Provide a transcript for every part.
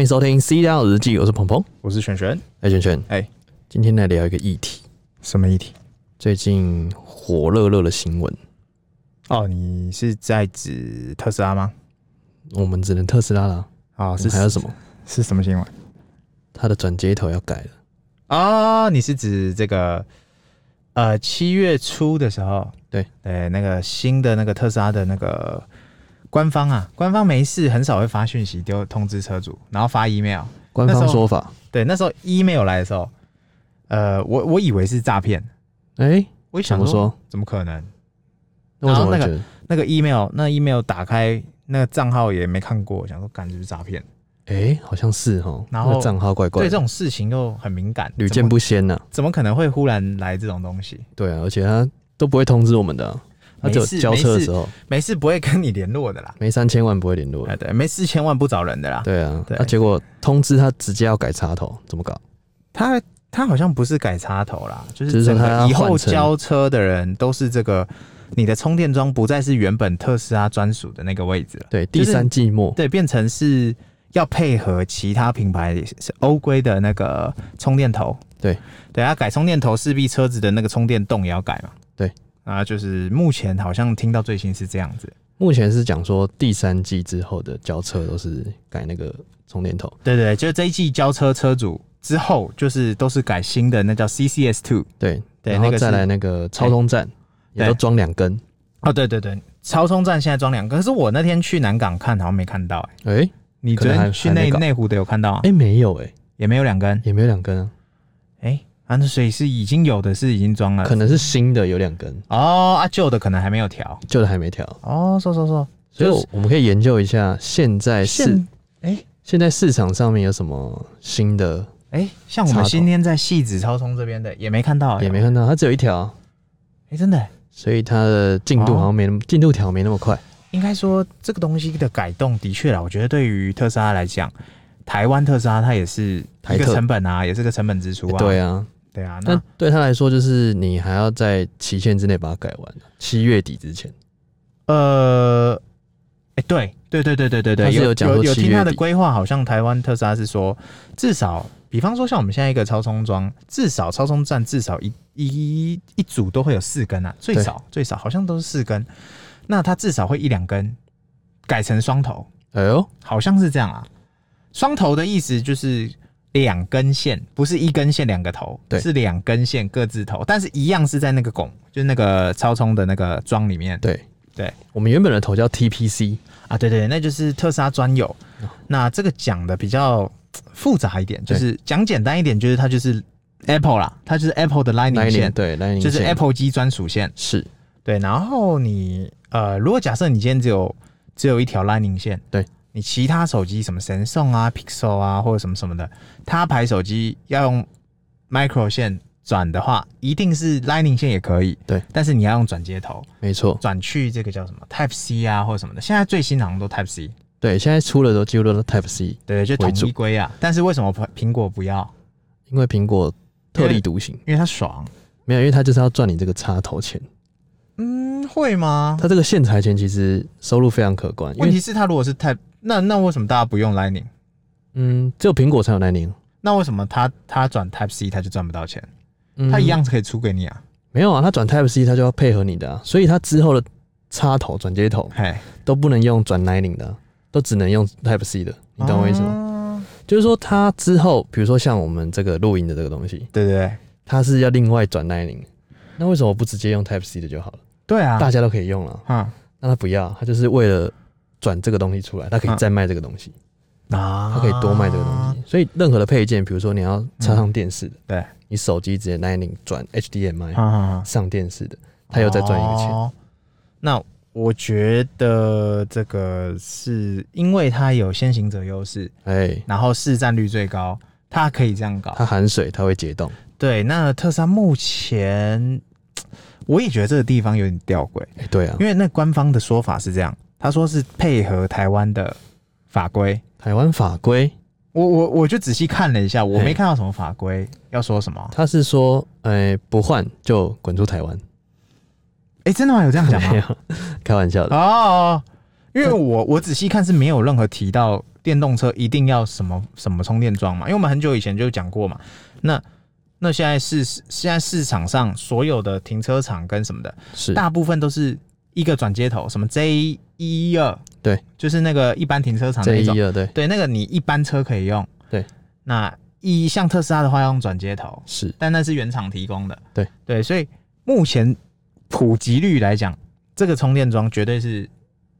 迎收听《C 大日记》，我是鹏鹏，我是璇璇。哎，圈圈，哎，今天来聊一个议题，什么议题？最近火热热的新闻，哦，你是在指特斯拉吗？我们只能特斯拉啦，啊、我是们还有什么？是什么新闻？它的转接头要改了，啊、你是指这个呃七月初的时候，对对，那个新的那个特斯拉的那个官方啊，官方没事很少会发讯息丢通知车主，然后发 email。官那时方候说法，对，那时候 email 来的时候，呃，我我以为是诈骗，哎，我一怎想么说？怎么可能？那为什么会然后那觉个得？那个 email 那 email 打开那个账号也没看过，我想说干是不是诈骗？哎，好像是哦，然后那个账号怪怪对这的，种事情又很敏感，屡见不鲜呐。怎么可能会忽然来这种东西？对啊，而且他都不会通知我们的啊，他只有没事交车的时候，没事不会跟你联络的啦。没三千万不会联络哎，的。对，没事千万不找人的啦。对啊，对那结果通知他直接要改插头，怎么搞？他他好像不是改插头啦，就就是是整他要个以后换成交车的人都是这个，你的充电桩不再是原本特斯拉专属的那个位置了，对，第就是三季末，对，变成是要配合其他品牌是欧规的那个充电头。对，对，他改充电头势必车子的那个充电洞也要改嘛。对，啊，就是目前好像听到最新是这样子。目前是讲说第三季之后的交车都是改那个充电头，对对，就是这一季交车车主之后，就是都是改新的，那叫 CCS Two。对，对然后那个是再来那个超充站也对都装两根，哦，对对对，超充站现在装两个，可是我那天去南港看，好像没看到、欸。哎你昨可能还天去还没内搞内湖的有看到、啊？哎没有哎，也没有两根。也没有两根啊，哎、啊，那所以是已经有的是已经装了可。能是新的有两根，哦，啊，旧的可能还没有调。旧的还没调，哦，说说说，所以就是我们可以研究一下现在市现哎现在市场上面有什么新的，哎、像我插们头今天在戏子超充这边的也没看到、欸，也没看到，它只有一条，哎、真的欸、所以它的进度哦好像没那么进度条没那么快，应该说这个东西的改动的确啦，我觉得对于特斯拉来讲，台湾特斯拉它也是台一个哎特成本啊，也是个成本支出啊。对啊，对啊，但那对他来说就是你还要在期限之内把它改完，七月底之前。呃，哎、对对对对对对他对，是有讲说有有7听月他的底规划，好像台湾特斯拉是说至少。比方说，像我们现在一个超充桩，至少超充站至少一一一组都会有四根啊，最对少最少好像都是四根，那它至少会一两根改成双头，哎呦，好像是这样啊。双头的意思就是两根线，不是一根线两个头，对是两根线各自头，但是一样是在那个拱，就是那个超充的那个桩里面。对对我们原本的头叫 TPC，啊，对对，那就是特斯拉专有。那这个讲的比较嘖复杂一点，哦对就是讲简单一点，就是它就是 Apple 啦，它就是 Apple 的 Lightning 线，对 Lightning 就是线 Apple 机专属线。是对，然后你呃，如果假设你今天只有只有一条 Lightning 线，对你其他手机什么神送啊、Pixel 啊或者什么什么的，他牌手机要用 Micro 线转的话，一定是 Lightning 线也可以，对，但是你要用转接头没错。转去这个叫什么 Type C 啊或者什么的，现在最新好像都 Type C，对，现在出了都几乎都是 Type C，对，就为统主一归啊。但是为什么苹苹果不要？因为苹果特立独行，因为它爽。没有，因为它就是要赚你这个插头钱。嗯，会吗？它这个线材钱其实收入非常可观，因问为题是它如果是 Type，那那为什么大家不用 Lightning？嗯，只有苹果才有 Lightning，那为什么它它转 Type C 它就赚不到钱？嗯它一样是可以出给你啊。没有啊，它转 Type C 它就要配合你的啊，所以它之后的插头转接头嘿，都不能用转 Lightning 的啊、都只能用 Type C 的，你懂我意思哦吗？吗？就是说它之后，比如说像我们这个录音的这个东西，对对对，它是要另外转 Lightning，那为什么不直接用 Type C 的就好了？对啊，大家都可以用了。啊那他不要，他就是为了转这个东西出来，他可以再卖这个东西，啊，他可以多卖这个东西。所以任何的配件，比如说你要插上电视的，对你手机直接 Lightning 转 HDMI、啊啊，啊上电视的，他又再赚一个钱。哦那我觉得这个是因为它有先行者优势，哎、然后市占率最高，它可以这样搞。它含水，它会解冻。对，那特斯拉目前，我也觉得这个地方有点吊诡，哎、对啊，因为那官方的说法是这样，他说是配合台湾的法规，台湾法规我我我就仔细看了一下，我嘿没看到什么法规要说什么。它是说，哎、不换就滚出台湾，哎、真的吗？有啊这样 讲没吗？有，开玩笑的。哦，因为我我仔细看是没有任何提到电动车一定要什么什么充电桩嘛？因为我们很久以前就讲过嘛。那那现在市现在市场上所有的停车场跟什么的，是大部分都是一个转接头，什么 J 一二，对，就是那个一般停车场那这种一。二对对，那个你一般车可以用。对，那一像特斯拉的话要用转接头，是但那是原厂提供的。对对，所以目前普及率来讲，这个充电桩绝对是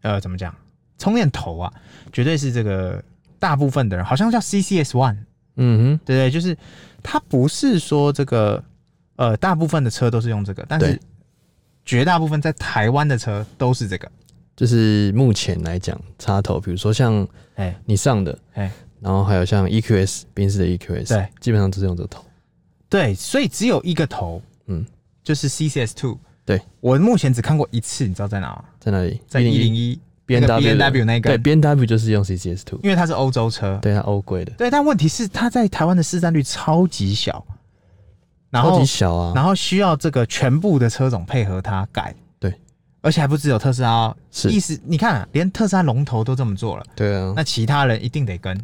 呃怎么讲，充电头啊，绝对是这个大部分的人好像叫 CCS One，嗯对对，就是它不是说这个呃大部分的车都是用这个，但是对绝大部分在台湾的车都是这个。哼，就是目前来讲插头，比如说像哎你上的，哎，然后还有像 EQS 宾士的 EQS，对，基本上都是用这个头，对，所以只有一个头，嗯，就是 CCS Two。对我目前只看过一次，你知道在哪吗？在那里在一零一 B N W N W 那个对，B N W 就是用 C C S Two，因为它是欧洲车。对它啊欧规的，对，但问题是它在台湾的市占率超级小，然超后级小啊，然后需要这个全部的车种配合它改。对，而且还不只有特斯拉哦，是意思你看、啊，连特斯拉龙头都这么做了，对啊，那其他人一定得跟。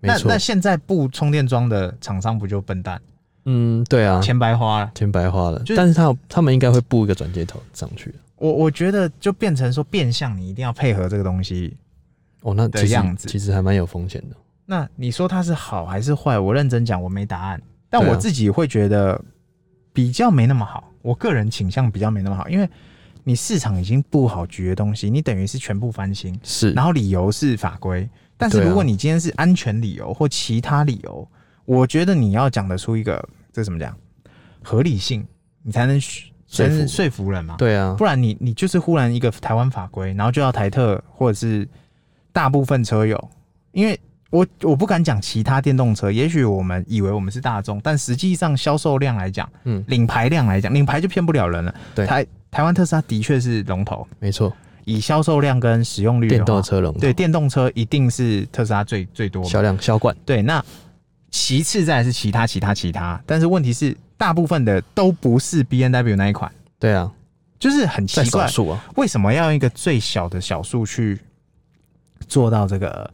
没那错那，现在不充电桩的厂商不就笨蛋，嗯，对啊，钱白花了？钱白花了就，是但是他有他们应该会布一个转接头上去。我我觉得就变成说变相，你一定要配合这个东西，哦，那的其实样子其实还蛮有风险的。那你说它是好还是坏？我认真讲，我没答案。但对啊我自己会觉得比较没那么好，我个人倾向比较没那么好，因为你市场已经布好局的东西，你等于是全部翻新，是然后理由是法规。但是对啊如果你今天是安全理由或其他理由，我觉得你要讲得出一个这怎么讲合理性，你才能才能说说服人嘛。对啊不，然你你就是忽然一个台湾法规，然后就要台特或者是大部分车友，因为我我不敢讲其他电动车，也许我们以为我们是大众，但实际上销售量来讲，嗯，领牌量来讲，领牌就骗不了人了。对台台湾特斯拉的确是龙头，没错，以销售量跟使用率的电话，动车龙头对电动车一定是特斯拉最最多嘛。销量销冠，对，那其次再来是其他其他其他，但是问题是大部分的都不是 B N W 那一款，对啊，就是很奇在怪少。数啊，为什么要用一个最小的小数去做到这个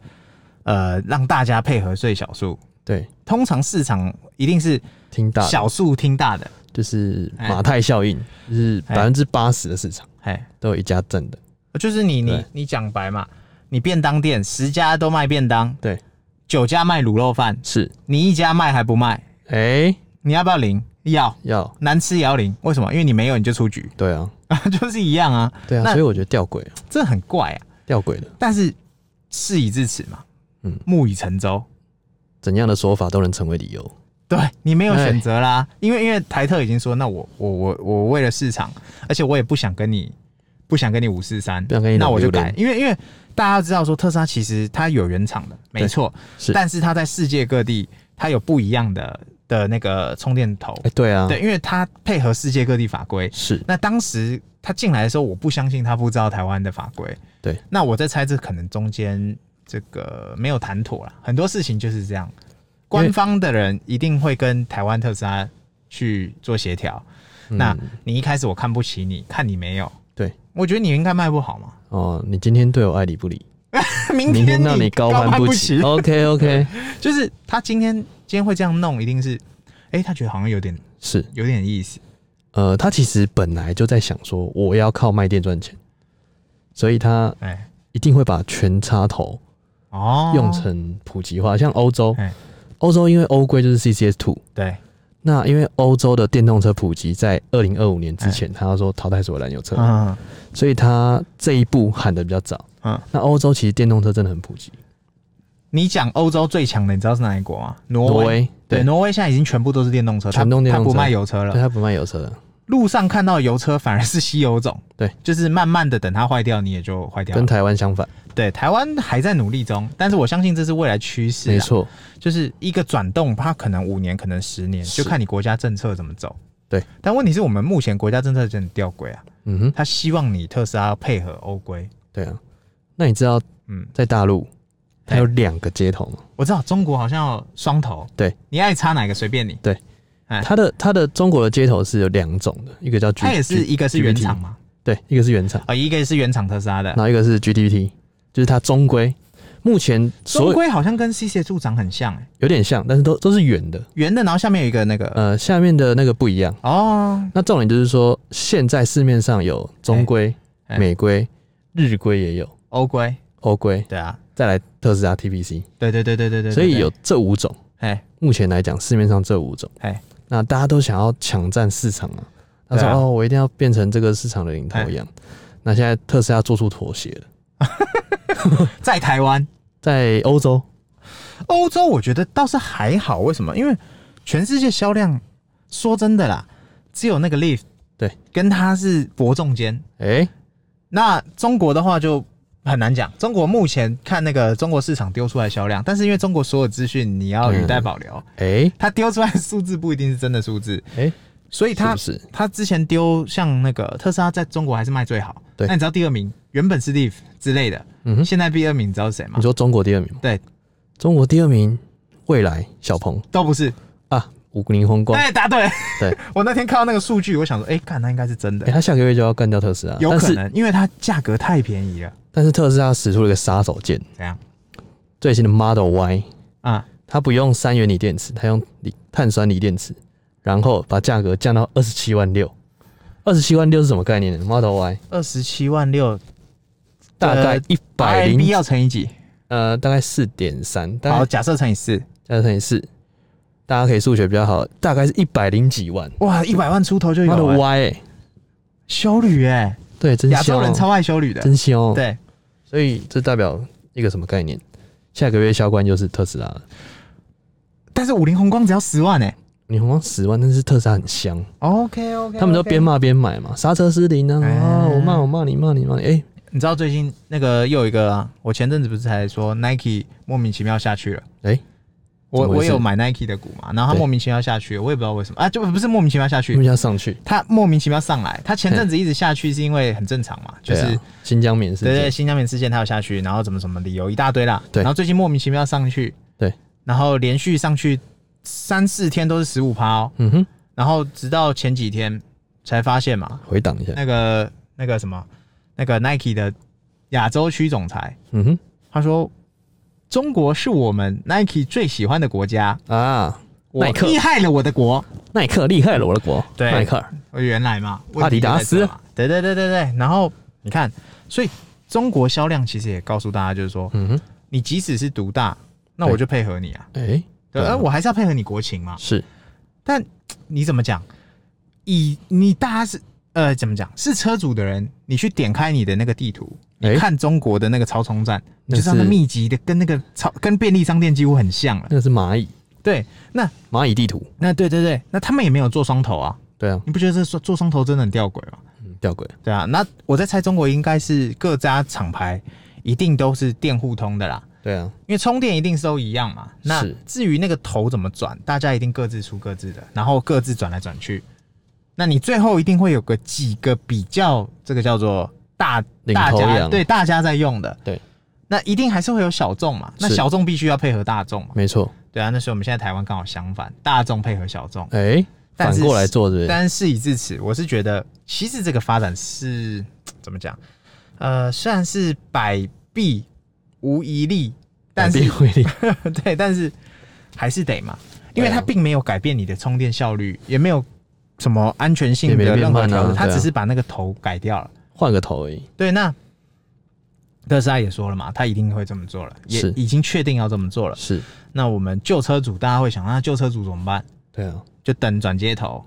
呃让大家配合最小数？对，通常市场一定是听大的小数听大的，就是哎马太效应，就是哎百分之八十的市场哎，都有一家挣的，就是你你对你讲白嘛，你便当店十家都卖便当，对，九家卖卤肉饭，是，你一家卖还不卖，哎，你要不要零？要，要难吃也要零，为什么？因为你没有你就出局 对啊，啊，就是一样啊，对啊，那所以我觉得吊诡啊，这很怪啊。吊诡的，但是事已至此嘛，嗯木已成舟，怎样的说法都能成为理由，对你没有哎选择啦，因为因为台特已经说，那我我我我为了市场，而且我也不想跟你不想跟你五四三，不想跟你那我就两改六，因为因为大家知道说特斯拉其实它有原厂的，没错，是但是它在世界各地它有不一样的的那个充电头，哎，对啊，对，因为它配合世界各地法规。是那当时他进来的时候，我不相信他不知道台湾的法规，对，那我在猜这可能中间这个没有谈妥啦，很多事情就是这样，官方的人一定会跟台湾特斯拉去做协调。嗯那你一开始我看不起你，看你没有，对，我觉得你应该卖不好嘛。 哦，你今天对我爱理不理，明明天天让你你高攀攀不起，OK 哦 OK，就是他今天今天会这样弄，一定是，哎、他觉得好像有点是，有点意思，呃，他其实本来就在想说，我要靠卖店赚钱，所以他哎、一定会把全插头哦，用成普及化。像欧洲哎，欧洲因为欧规就是 CCS Two，对那因为欧洲的电动车普及在二零二五年之哎前，他要说淘汰所有燃油车，嗯，所以他这一步喊的比较早。嗯那欧洲其实电动车真的很普及，你讲欧洲最强的，你知道是哪一国吗？挪挪威。威对，挪威现在已经全部都是电动车，它全动电动它不车卖油车对了。他不卖油车了，路上看到油车反而是稀有种，对，就是慢慢的等它坏掉，你也就坏掉跟了。台湾相反，对，台湾还在努力中，但是我相信这是未来趋势、啊。没，错，就是一个转动，它可能五年，可能十年，就是看你国家政策怎么走。对，但问题是我们目前国家政策真的很吊诡啊，嗯哼，他希望你特斯拉配合欧规。对啊。那你知道嗯，在大陆它哎有两个接头吗？我知道中国好像有双头，对，你爱插哪个随便你。哎它的它的中国的接头是有两种的，一个叫 G，它也是 G- 一个是原厂 GBT 嘛，对，一个是原厂，啊、一个是原厂特斯拉的然，后一个是 GTPT，就是它中规目前中所有规好像跟 CC 的助长很像、欸，有点像，但是都都是圆的，圆的，然后下面有一个那个、呃，下面的那个不一样。哦，那重点就是说，现在市面上有中规、哎哎美规、日规也有，欧规，欧规，对啊，再来特斯拉 TPC，对对对对对对，所以对有，这五种。哎目前来讲，市面上这五种，哎，那大家都想要抢占市场啊。他说：“对啊哎哦，我一定要变成这个市场的领头羊。”那现在特斯拉做出妥协了，在台湾、在欧洲，欧洲，我觉得倒是还好，为什么？因为全世界销量，说真的啦，只有那个 Leaf 对跟它是伯仲间，哎、那中国的话就很难讲。中国目前看那个中国市场丢出来销量，但是因为中国所有资讯你要语带保留，哎、它丢出来的数字不一定是真的数字，哎、所以它是不是它之前丢像那个特斯拉在中国还是卖最好。对那你知道第二名原本是 Leaf 之类的，嗯哼现在第二名你知道是谁吗你？说中国第二名吗？对，中国第二名，未来小鹏都不是。啊，五菱宏光。哎、答对。对， 我那天看到那个数据，我想说，哎、看那应该是真的哎、，他下个月就要干掉特斯拉，有但可是能，因为它价格太便宜了。但是特斯拉使出了一个杀手锏，怎样？最新的 Model Y，啊、它不用三元锂电池，它用锂碳酸锂电池，然后把价格降到二十七万六。二十七万六是什么概念呢？Model Y 二十七万六大概一百呃 b 零要乘以几？呃，大概四点三，大好，概假设乘以四，加乘以四，大家可以数学比较好，大概是一百零几万。哇，一百万出头就有、 Model 欸。 Y，、欸、修旅哎、对，真亚洲香人哦超爱修旅的。真香哦。对，所以这代表一个什么概念？下个月销冠就是特斯拉了。但是五菱宏光只要十万哎、你红光十万，但是特斯拉很香， OK OK，他们都边，骂边买嘛，刹车失灵啊，哎嗯啊我骂我骂你骂你骂你，哎、你知道最近那个又有一个、啊，我前阵子不是才说 Nike 莫名其妙下去了。哎我怎么我回事有买 Nike 的股嘛，然后他对嗯莫名其妙下去了，我也不知道为什么啊，就不是莫名其妙下他们去，要上去，他莫名其妙上来，他前阵子一直下去是因为很正常嘛， 就是对啊、新疆棉事对对，件，新疆棉事件他有下去，然后怎么怎么理由一大堆啦。对然后最近莫名其妙上去，对，然后连续上去三四天都是十五趴哦，嗯哼，然后直到前几天才发现嘛，回档一下，那个那个什么，那个 Nike 的亚洲区总裁嗯他说，中国是我们 Nike 最喜欢的国家，哼，啊，我耐克厉害了我的国，耐克厉害了，我的国，对耐克，我原来嘛，阿迪达斯问题就在这嘛，对对对对对，然后你看，所以中国销量其实也告诉大家，就是说。嗯哼，你即使是独大，那对我就配合你啊，哎、对，对啊而我还是要配合你国情嘛。是，但嘖你怎么讲？以你大家是呃怎么讲？是车主的人，你去点开你的那个地图，哎、看中国的那个超充站，你那就知道那是密集的跟那个超跟便利商店几乎很像了。那个是蚂蚁，对，那蚂蚁地图，那对对对，那他们也没有做双头啊，对啊，你不觉得这做做双头真的很吊诡吗？嗯吊诡，对啊，那我在猜中国应该是各家厂牌一定都是电互通的啦。对啊，因为充电一定是都一样嘛。那是至于那个头怎么转，大家一定各自出各自的，然后各自转来转去。那你最后一定会有个几个比较，这个叫做大领大头家羊对大家在用的，对，那一定还是会有小众嘛。那是小众必须要配合大众嘛。没错，对啊，那所以我们现在台湾刚好相反，大众配合小众。哎、但反是过来做对不哎对？但事已至此，我是觉得其实这个发展是怎么讲？呃，虽然是百弊无一利，但是反变为利 对，但是还是得嘛，因为对啊它并没有改变你的充电效率，也没有什么安全性也的没变任何慢啊调整，它对啊只是把那个头改掉了。换个头而已，对，那特斯拉也说了嘛，他一定会这么做了，也是已经确定要这么做了。是，那我们旧车主大家会想，那旧车主怎么办？对啊，就等转接头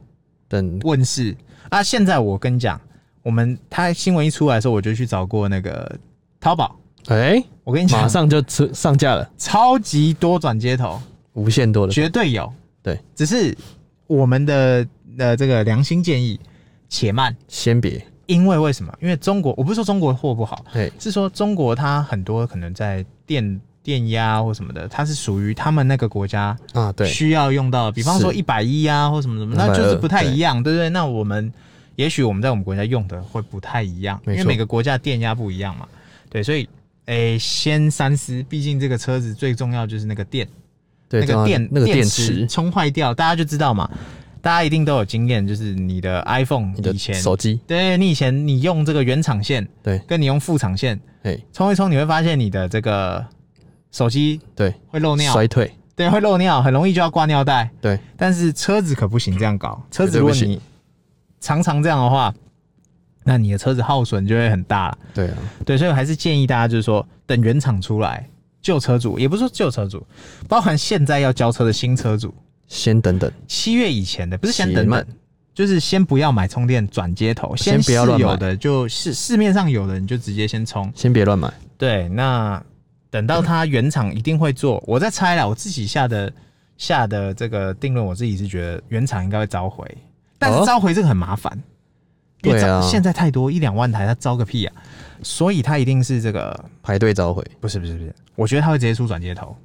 等问世啊！现在我跟你讲，我们他新闻一出来的时候，我就去找过那个淘宝，哎、 我跟你马讲，上就出上架了，超级多转接头，无限多的，绝对有。对，只是我们的呃这个良心建议，且慢，先别，因为为什么？因为中国，我不是说中国货不好，哎、是说中国它很多可能在电电压或什么的，它是属于他们那个国家啊，对，需要用到的，比方说是一百一啊或什么什么，那120就是不太一样，对不对？那我们也许我们在我们国家用的会不太一样，因没错为每个国家的电压不一样嘛，对，所以。诶，先三思，毕竟这个车子最重要就是那个电，对，那这个样电那个电池池，充坏掉，大家就知道嘛。大家一定都有经验，就是你的 iPhone 你的以前，手机，对你以前你用这个原厂线，对跟你用副厂线哎，充一充，你会发现你的这个手机对，会漏尿，衰退，对，会漏尿，很容易就要挂尿袋。对，但是车子可不行这样搞，车子如果绝对你常常这样的话，那你的车子耗损就会很大了。对啊，对，所以我还是建议大家就是说，等原厂出来，旧车主也不是说旧车主，包含现在要交车的新车主，先等等，七月以前的不是先且等等慢，就是先不要买充电转接头，先先不要试乱买有的就市市面上有的你就直接先充。先别乱买，对，那等到它原厂一定会做， 我在猜啦，我自己下的下的这个定论，我自己是觉得原厂应该会召回，但是哦召回这个很麻烦，因为对召啊现在太多一两万台，它招个屁啊！所以它一定是这个排队召回，不是不是不是，我觉得他会直接出转接头，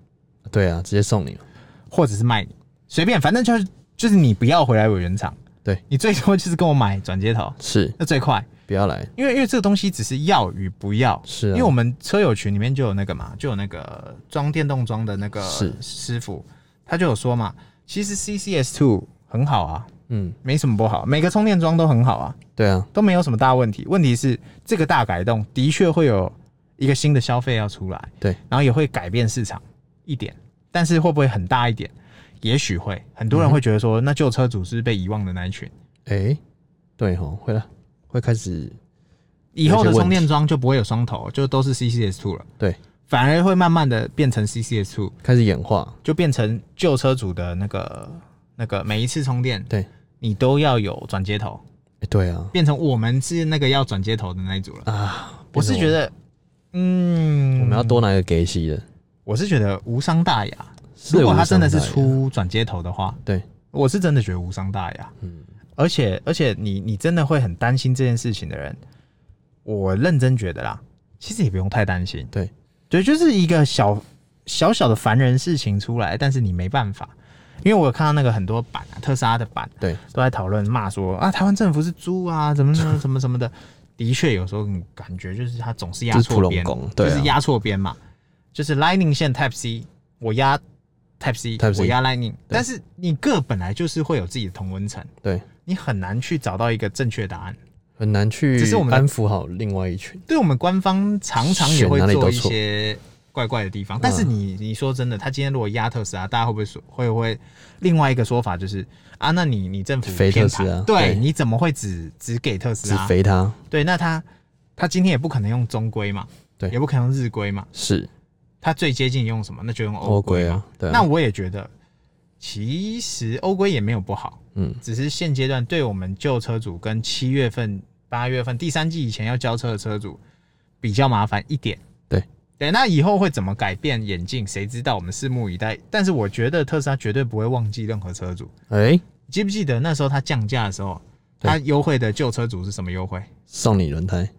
对啊，直接送你了，或者是卖你，随便，反正就是就是你不要回来我原厂，对你最多就是跟我买转接头， 是，那最快，不要来，因为因为这个东西只是要与不要，是啊因为我们车友群里面就有那个嘛，就有那个装电动装的那个是师傅，他就有说嘛，其实 CCS Two 很好啊，嗯，没什么不好，每个充电桩都很好啊，对啊，都没有什么大问题。问题是这个大改动的确会有一个新的消费要出来，对，然后也会改变市场一点，但是会不会很大一点？也许会，很多人会觉得说，那旧车主是被遗忘的那一群，哎、对吼，会了，会开始，以后的有些问题充电桩就不会有双头，就都是 CCS Two 了，对，反而会慢慢的变成 CCS Two，开始演化，就变成旧车主的那个那个每一次充电，对，你都要有转接头，哎对啊，变成我们是那个要转接头的那一组了。啊，我是觉得得，嗯，我们要多拿一个给息的，我是觉得无伤大雅。是如果无他伤真的是大雅，出转接头的话，对，我是真的觉得无伤大雅。嗯，而且而且你你真的会很担心这件事情的人，我认真觉得啦，其实也不用太担心。对对，就是一个小小小的烦人事情出来，但是你没办法，因为我有看到那个很多版啊，特斯拉的版对，都在讨论骂说啊，台湾政府是猪啊，怎么怎么怎么怎么的。 的确，有时候你感觉就是它总是压就是错边屠龙工，就对啊是压错边嘛。就是 Lightning 线 Type C，我压 Type C， Type C 我压 Lightning，但是你个本来就是会有自己的同温层，对，你很难去找到一个正确答案。很难去只是我们的安抚好另外一群，对我们官方常常也会选哪里做都一错嗯些怪怪的地方，但是你你说真的，他今天如果压特斯拉，大家会不会说会不会另外一个说法就是啊，那你你政府肥偏特斯袒拉对，对你怎么会只只给特斯只拉？肥他，对，那他他今天也不可能用中规嘛，对也不可能用日规嘛，是他最接近用什么？那就用欧欧规规嘛啊。，对啊，哦那我也觉得，其实欧规也没有不好，嗯，只是现阶段对我们旧车主跟七月份、八月份第三季以前要交车的车主比较麻烦一点。对对，那以后会怎么改变眼镜，谁知道？我们拭目以待。但是我觉得特斯拉绝对不会忘记任何车主。哎、你记不记得那时候它降价的时候，对它优惠的旧车主是什么优惠？送你轮胎，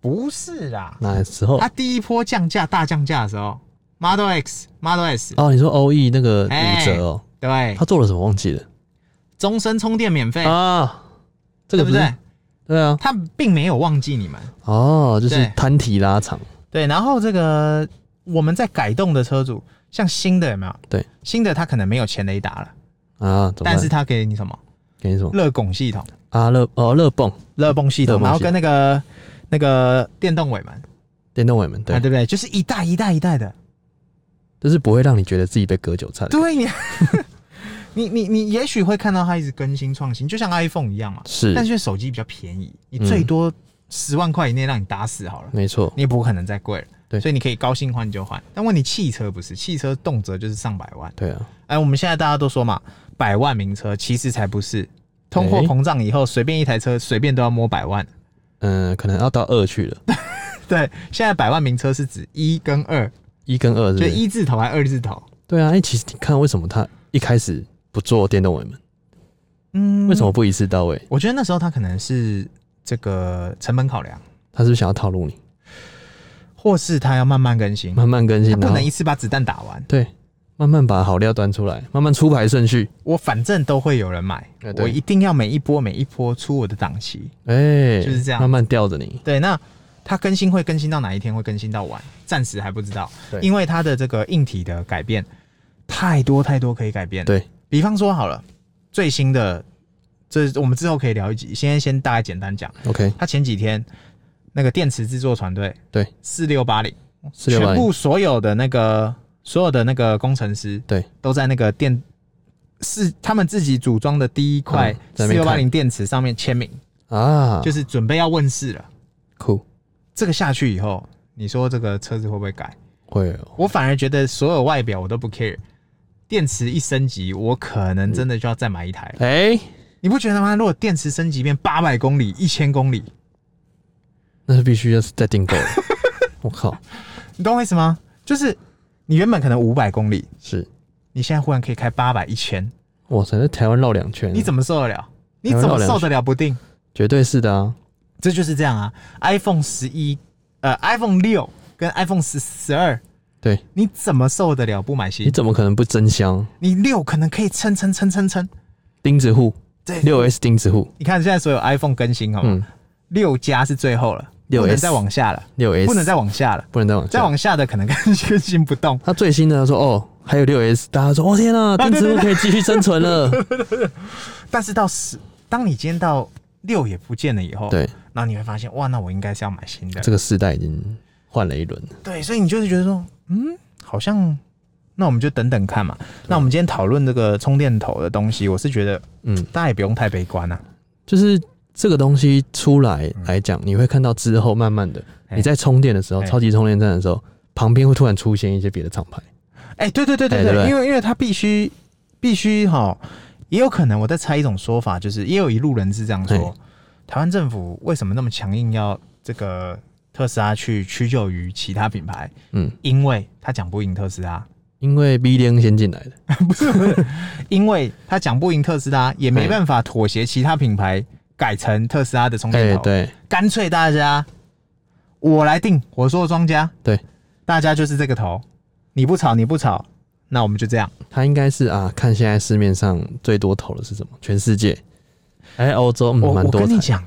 不是啦，那时候它第一波降价大降价的时候，Model X、Model S，、哦，你说欧 E 那个哎五折哦，对他，做了什么忘记了终身充电免费，啊？这哎对个不不是对？对啊，它并没有忘记你们。哦，就是对摊体拉长，对，然后这个我们在改动的车主，像新的有没有？对，新的它可能没有前雷达了，啊，怎么办但是它给你什么给你什么热拱系统、啊？热哦热泵热泵系热泵系统，统然后跟那个那个电动尾门，电动尾门，啊、对，对不对？就是一代一代一代的，就是不会让你觉得自己被割韭菜的，对你， 你你你也许会看到它一直更新创新，就像 iPhone 一样嘛。是嗯但是因为手机比较便宜，你最多十万块以内让你打死好了，没错，你也不可能再贵了。对所以你可以高兴换就换。但问题汽车不是，汽车动辄就是上百万。对啊，哎，我们现在大家都说嘛，百万名车其实才不是，通货膨胀以后，随便一台车随便都要摸百万。 嗯，可能要到二去了，对，现在百万名车是指一跟二，一跟二是不就是一字头还二字头。对啊，哎，其实你看为什么他一开始不做电动尾门，嗯为什么？不一次到位？我觉得那时候他可能是这个成本考量，他是不是想要套路你，或是他要慢慢更新，慢慢更新他，不然后能一次把子弹打完。对，慢慢把好料端出来，慢慢出牌顺序，我反正都会有人买哎，对我一定要每一波每一波出我的档期。哎、就是这样慢慢吊着你，对，那它更新会更新到哪一天？会更新到晚，暂时还不知道，对因为它的这个硬体的改变太多太多可以改变。，对，比方说好了，最新的，这我们之后可以聊一集，先先大概简单讲。 OK，它前几天那个电池制作团队，对，四六八零，四六八全零部所有的那个所有的那个工程师对都在那个电是他们自己组装的第一块嗯在那四边六八看零电池上面签名，啊，就是准备要问世了。酷这个下去以后，你说这个车子会不会改？会哦，我反而觉得所有外表我都不 care，电池一升级，我可能真的就要再买一台了。哎、你不觉得吗？如果电池升级变八百公里、一千公里，那是必须要是再订购 了。我靠，你懂我意思吗？就是你原本可能五百公里，是你现在忽然可以开八百、一千，哇塞，在台湾绕两圈，你怎么受得了？你怎么受得了不定？绝对是的啊，这就是这样啊。iPhone 十一、呃 iPhone 六跟 iPhone 十十二，对，你怎么受得了不买你新？怎么可能不争香？你六可能可以撑撑撑撑撑，钉子户，对六 S 钉子户，你看现在所有 iPhone 更新好吗嗯？六加是最后了， 6S 不能再往下了，六 S 不能再往下了，不能再往下再往下的可能更更新不动。他最新的说哦，还有六 S，大家说哦天啊，钉子户可以继续生存 了。但是到十，当你今天到六也不见了以后，，对，然后你会发现，哇，那我应该是要买新的。这个世代已经换了一轮了。对，所以你就是觉得说，嗯，好像那我们就等等看嘛。那我们今天讨论这个充电头的东西，我是觉得嗯，大家也不用太悲观啊。就是这个东西出来来讲，你会看到之后慢慢的，哎你在充电的时候，哎超级充电站的时候，旁边会突然出现一些别的厂牌。哎、对对对对哎对，对不对因为因为他必须必须哈，也有可能我在猜一种说法，就是也有一路人是这样说嘿：台湾政府为什么那么强硬要这个特斯拉去屈就于其他品牌？嗯，因为他讲不赢特斯拉，因为 B 零先进来的，因为他讲不赢特斯拉，也没哎办法妥协其他品牌改成特斯拉的充哎、电头。对干脆大家我来定，我说庄家，对，大家就是这个头，你不吵你不吵，那我们就这样。他应该是啊，看现在市面上最多投的是什么？全世界，哎、欧洲嗯我蛮、我多跟你台。讲，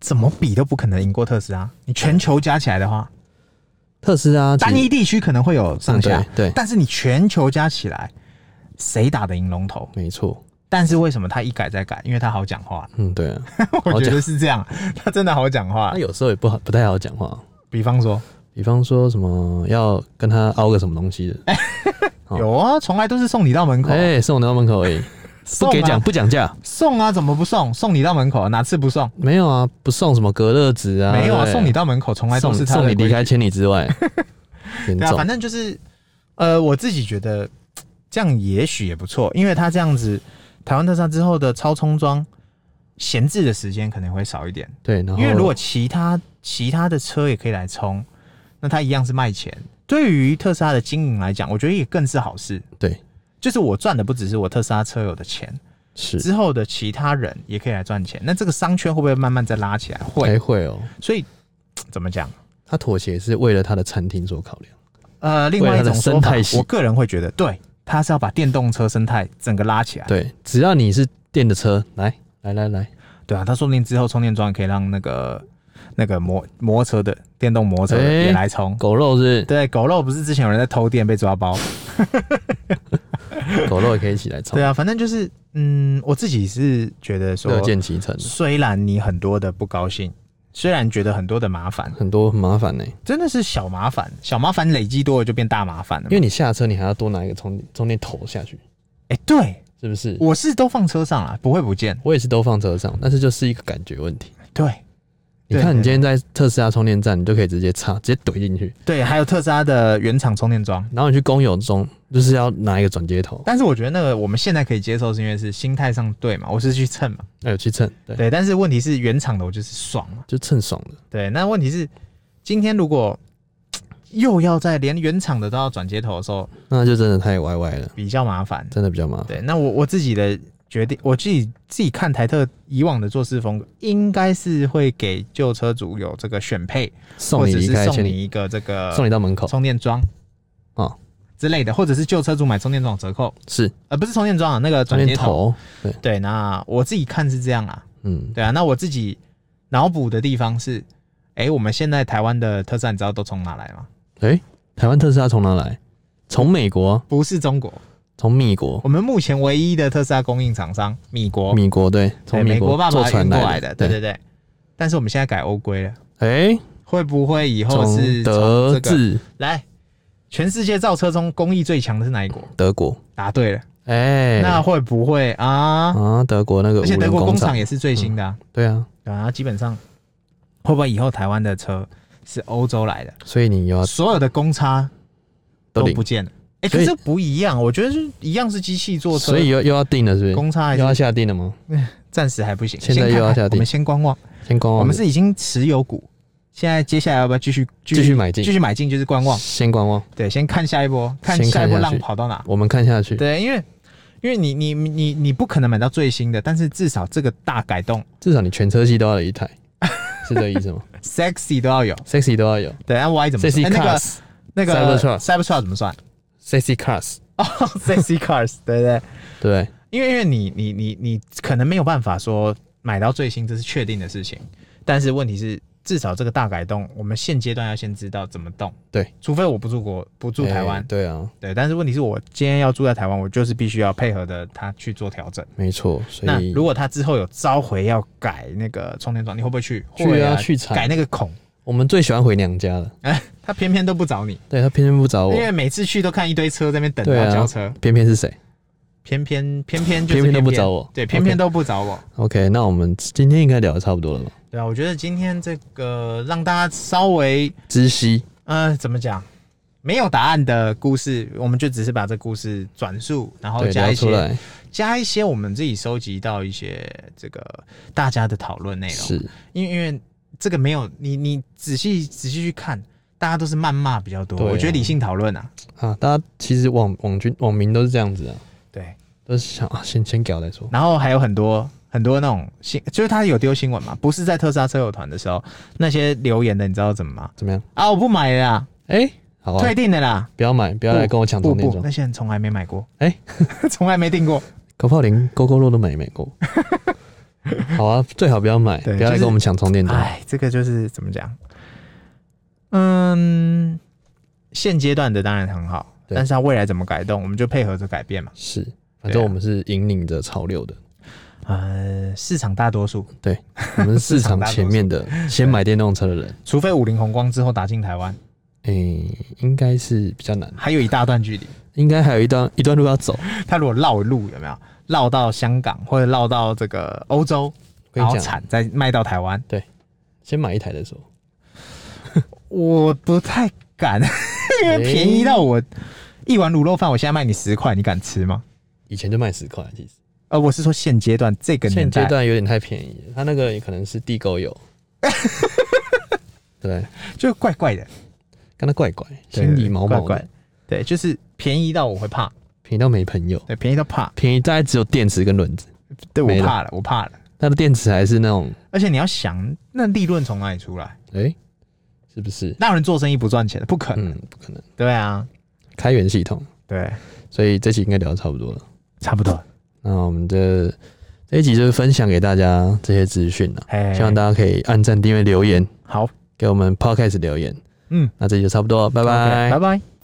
怎么比都不可能赢过特斯拉。你全球加起来的话，特斯拉其实单一地区可能会有上下嗯，对对但是你全球加起来，谁打得赢龙头？没错，但是为什么他一改再改？因为他好讲话， 嗯，对啊，我好觉讲哎得是这样，他真的好讲话 他。有时候也不好，不太好讲话。比方说，比方说什么要跟他凹个什么东西哎的，哦有啊，从来都是送你到门口，哎、送你到门口 而已，送不啊给讲，不讲价，送啊，怎么不送？送你到门口，哪次不送？没有啊，不送什么隔热纸啊，没有啊，对送你到门口，从来都送是他的送你规离矩开千里之外，严 对啊，重反正就是，呃，我自己觉得这样也许也不错，因为它这样子，台湾特斯拉之后的超充桩闲置的时间可能会少一点，对，然后因为如果其他其他的车也可以来充，那它一样是卖钱。对于特斯拉的经营来讲，我觉得也更是好事，对就是我赚的不只是我特斯拉车友的钱，是之后的其他人也可以来赚钱，那这个商圈会不会慢慢再拉起来？会，哎会哦，所以怎么讲？他妥协是为了他的餐厅所考量，呃，另为外了一它的种说生法态，系我个人会觉得，对，它是要把电动车生态整个拉起来。对，只要你是电的车，来来来来，对啊，它说不定之后充电桩也可以让那个那个摩摩托车的电动摩托车的哎也来充。狗肉是 对，狗肉不是之前有人在偷电被抓包？不是狗肉也可以一起来炒对，啊，反正就是，嗯，我自己是觉得说乐，见其成，虽然你很多的不高兴，虽然觉得很多的麻烦，很多很麻烦呢、真的是小麻烦，小麻烦累积多了就变大麻烦了因嘛。为你下车你还要多拿一个充充电头下去，哎、对是不是？我是都放车上了，不会不见。我也是都放车上，但是就是一个感觉问题。对，你对看，你对今天在特斯拉充电站，你就可以直接插，直接怼进去，对，还有特斯拉的原厂充电桩。然后你去公有中，就是要拿一个转接头，但是我觉得那个我们现在可以接受，是因为是心态上对嘛，我是去蹭嘛，哎，去蹭，对，对。但是问题是原厂的我就是爽嘛，就蹭爽的，对。那问题是今天如果又要在连原厂的都要转接头的时候，那就真的太歪歪了，比较麻烦。真的比较麻烦。对，那我我自己的决定，我自己自己看台特以往的做事风格，应该是会给旧车主有这个选配，送或你者离是开送千里，你一个这个送你到门口，充电桩哦之类的，或者是旧车主买充电桩有折扣，是呃，不是充电桩啊，那个充转接电头。头，对，那我自己看是这样啊，嗯，对啊，那我自己脑补的地方是，哎、我们现在台湾的特斯拉你知道都从哪来吗？哎，台湾特斯拉从哪来？从美国，不是中国，从米国，我们目前唯一的特斯拉供应厂商米国，米国对，对从美哦哎国爸坐爸船运过来的，的，对对，对。但是我们现在改欧规了，哎，会不会以后从是从德这个智来？全世界造车中工艺最强的是哪一国？德国，答对了。哎、那会不会啊？啊，德国那个无而且德人国工厂厂，也是最新的啊，对啊，对啊，基本上会不会以后台湾的车是欧洲来的，所以你又要所有的公差啊都都领不，见了？哎，所可以是不一样，我觉得是一样是机器做车，所以又又要定了，是不是？公差还又要是下定了吗？暂时还不行，现先在看又要看下定哦我们先观望。先观望，我们是已经持有股，现在接下来要不要继续继续买进继续买进就是观望，先观望，对，先看下一波，看先看下一波下去浪跑到哪。我们看下去，对，因为因为你你你你你不可能买到最新的，但是至少这个大改动至少你全车系都要有一 台，是这个意思吗，sexy 都要有。 ？Sexy 都要有对，那 Y 怎么，Sexy 算？哎那个 cars，Sexy 那个 Cybertruck Cybertruck 怎么算 cars， ？sexy cars，对对。对，因为因为你你你你可能没有办法说买到最新，这是确定的事情。但是问题是，至少这个大改动，我们现阶段要先知道怎么动。对，除非我不住国，不住台湾哎。对啊，对，但是问题是我今天要住在台湾，我就是必须要配合的他去做调整。没错，所那以如果他之后有召回要改那个充电桩，你会不会去？去啊会去踩改那个孔。我们最喜欢回娘家了，哎，他偏偏都不找你，对他偏偏不找我因，为每次去都看一堆车在那边等哦对他啊交车，偏偏是谁偏偏偏偏就是偏偏都不找我对，偏偏都不找我。 ？OK，那我们今天应该聊的差不多了吧？对啊，我觉得今天这个让大家稍微知悉，呃怎么讲，没有答案的故事，我们就只是把这故事转述，然后对，加聊一出些来加一些我们自己收集到一些这个大家的讨论内容，是因为因为这个没有你你仔细仔细去看，大家都是谩骂比较多，对啊我觉得理性讨论啊，啊，大家其实网网军网民都是这样子啊，对，都是想啊先先搞再说，然后还有很多。很多那种新，就是他有丢新闻嘛，不是在特斯拉车友团的时候，那些留言的，你知道怎么吗？怎么样？啊，我不买了啦，哎、好啊退，订的啦，不要买，不要来跟我抢不充电不，桩那，些人从来没买过，哎 从来没订过。搞不好连勾勾肉都买没 过。好啊，最好不要买，对不要来就是跟我们抢充电桩。哎，这个就是怎么讲？嗯，现阶段的当然很好，对但是它未来怎么改动，我们就配合着改变嘛。是，反啊正我们是引领着潮流的，呃，市场大多数，我们是市市场场大多数前面的先买电动车的人，除非五菱宏光之后打进台湾，哎、应该是比较难，还有一大段距离。应该还有一段一段路要走。它如果绕路有没有绕到香港或者绕到这个欧洲，我跟然你后讲，产再卖到台湾，先买一台再说。我不太敢， 因为便宜到我一碗卤肉饭，我现在卖你十块，你敢吃吗？以前就卖十块，其实呃，我是说现阶段这个年现代，阶段有点太便宜了，它那个也可能是地沟 油，对，就怪怪的，跟它怪怪，对心里毛毛的，怪怪的对，就是便宜到我会怕，便宜到没朋友，对，便宜到怕，便宜大概只有电池跟轮子，对我没了怕了，我怕了。它的电池还是那种，而且你要想，那利润从哪里出来？哎、是不是？那有人做生意不赚钱的，不可能。嗯，不可能，对啊，开源系统，对，所以这期应该聊的差不多了。差不多。那我们的这一集就是分享给大家这些资讯了，哎，希望大家可以按赞、订阅、留言，好，给我们 podcast 留言。嗯，那这集就差不多了，拜拜拜。拜拜。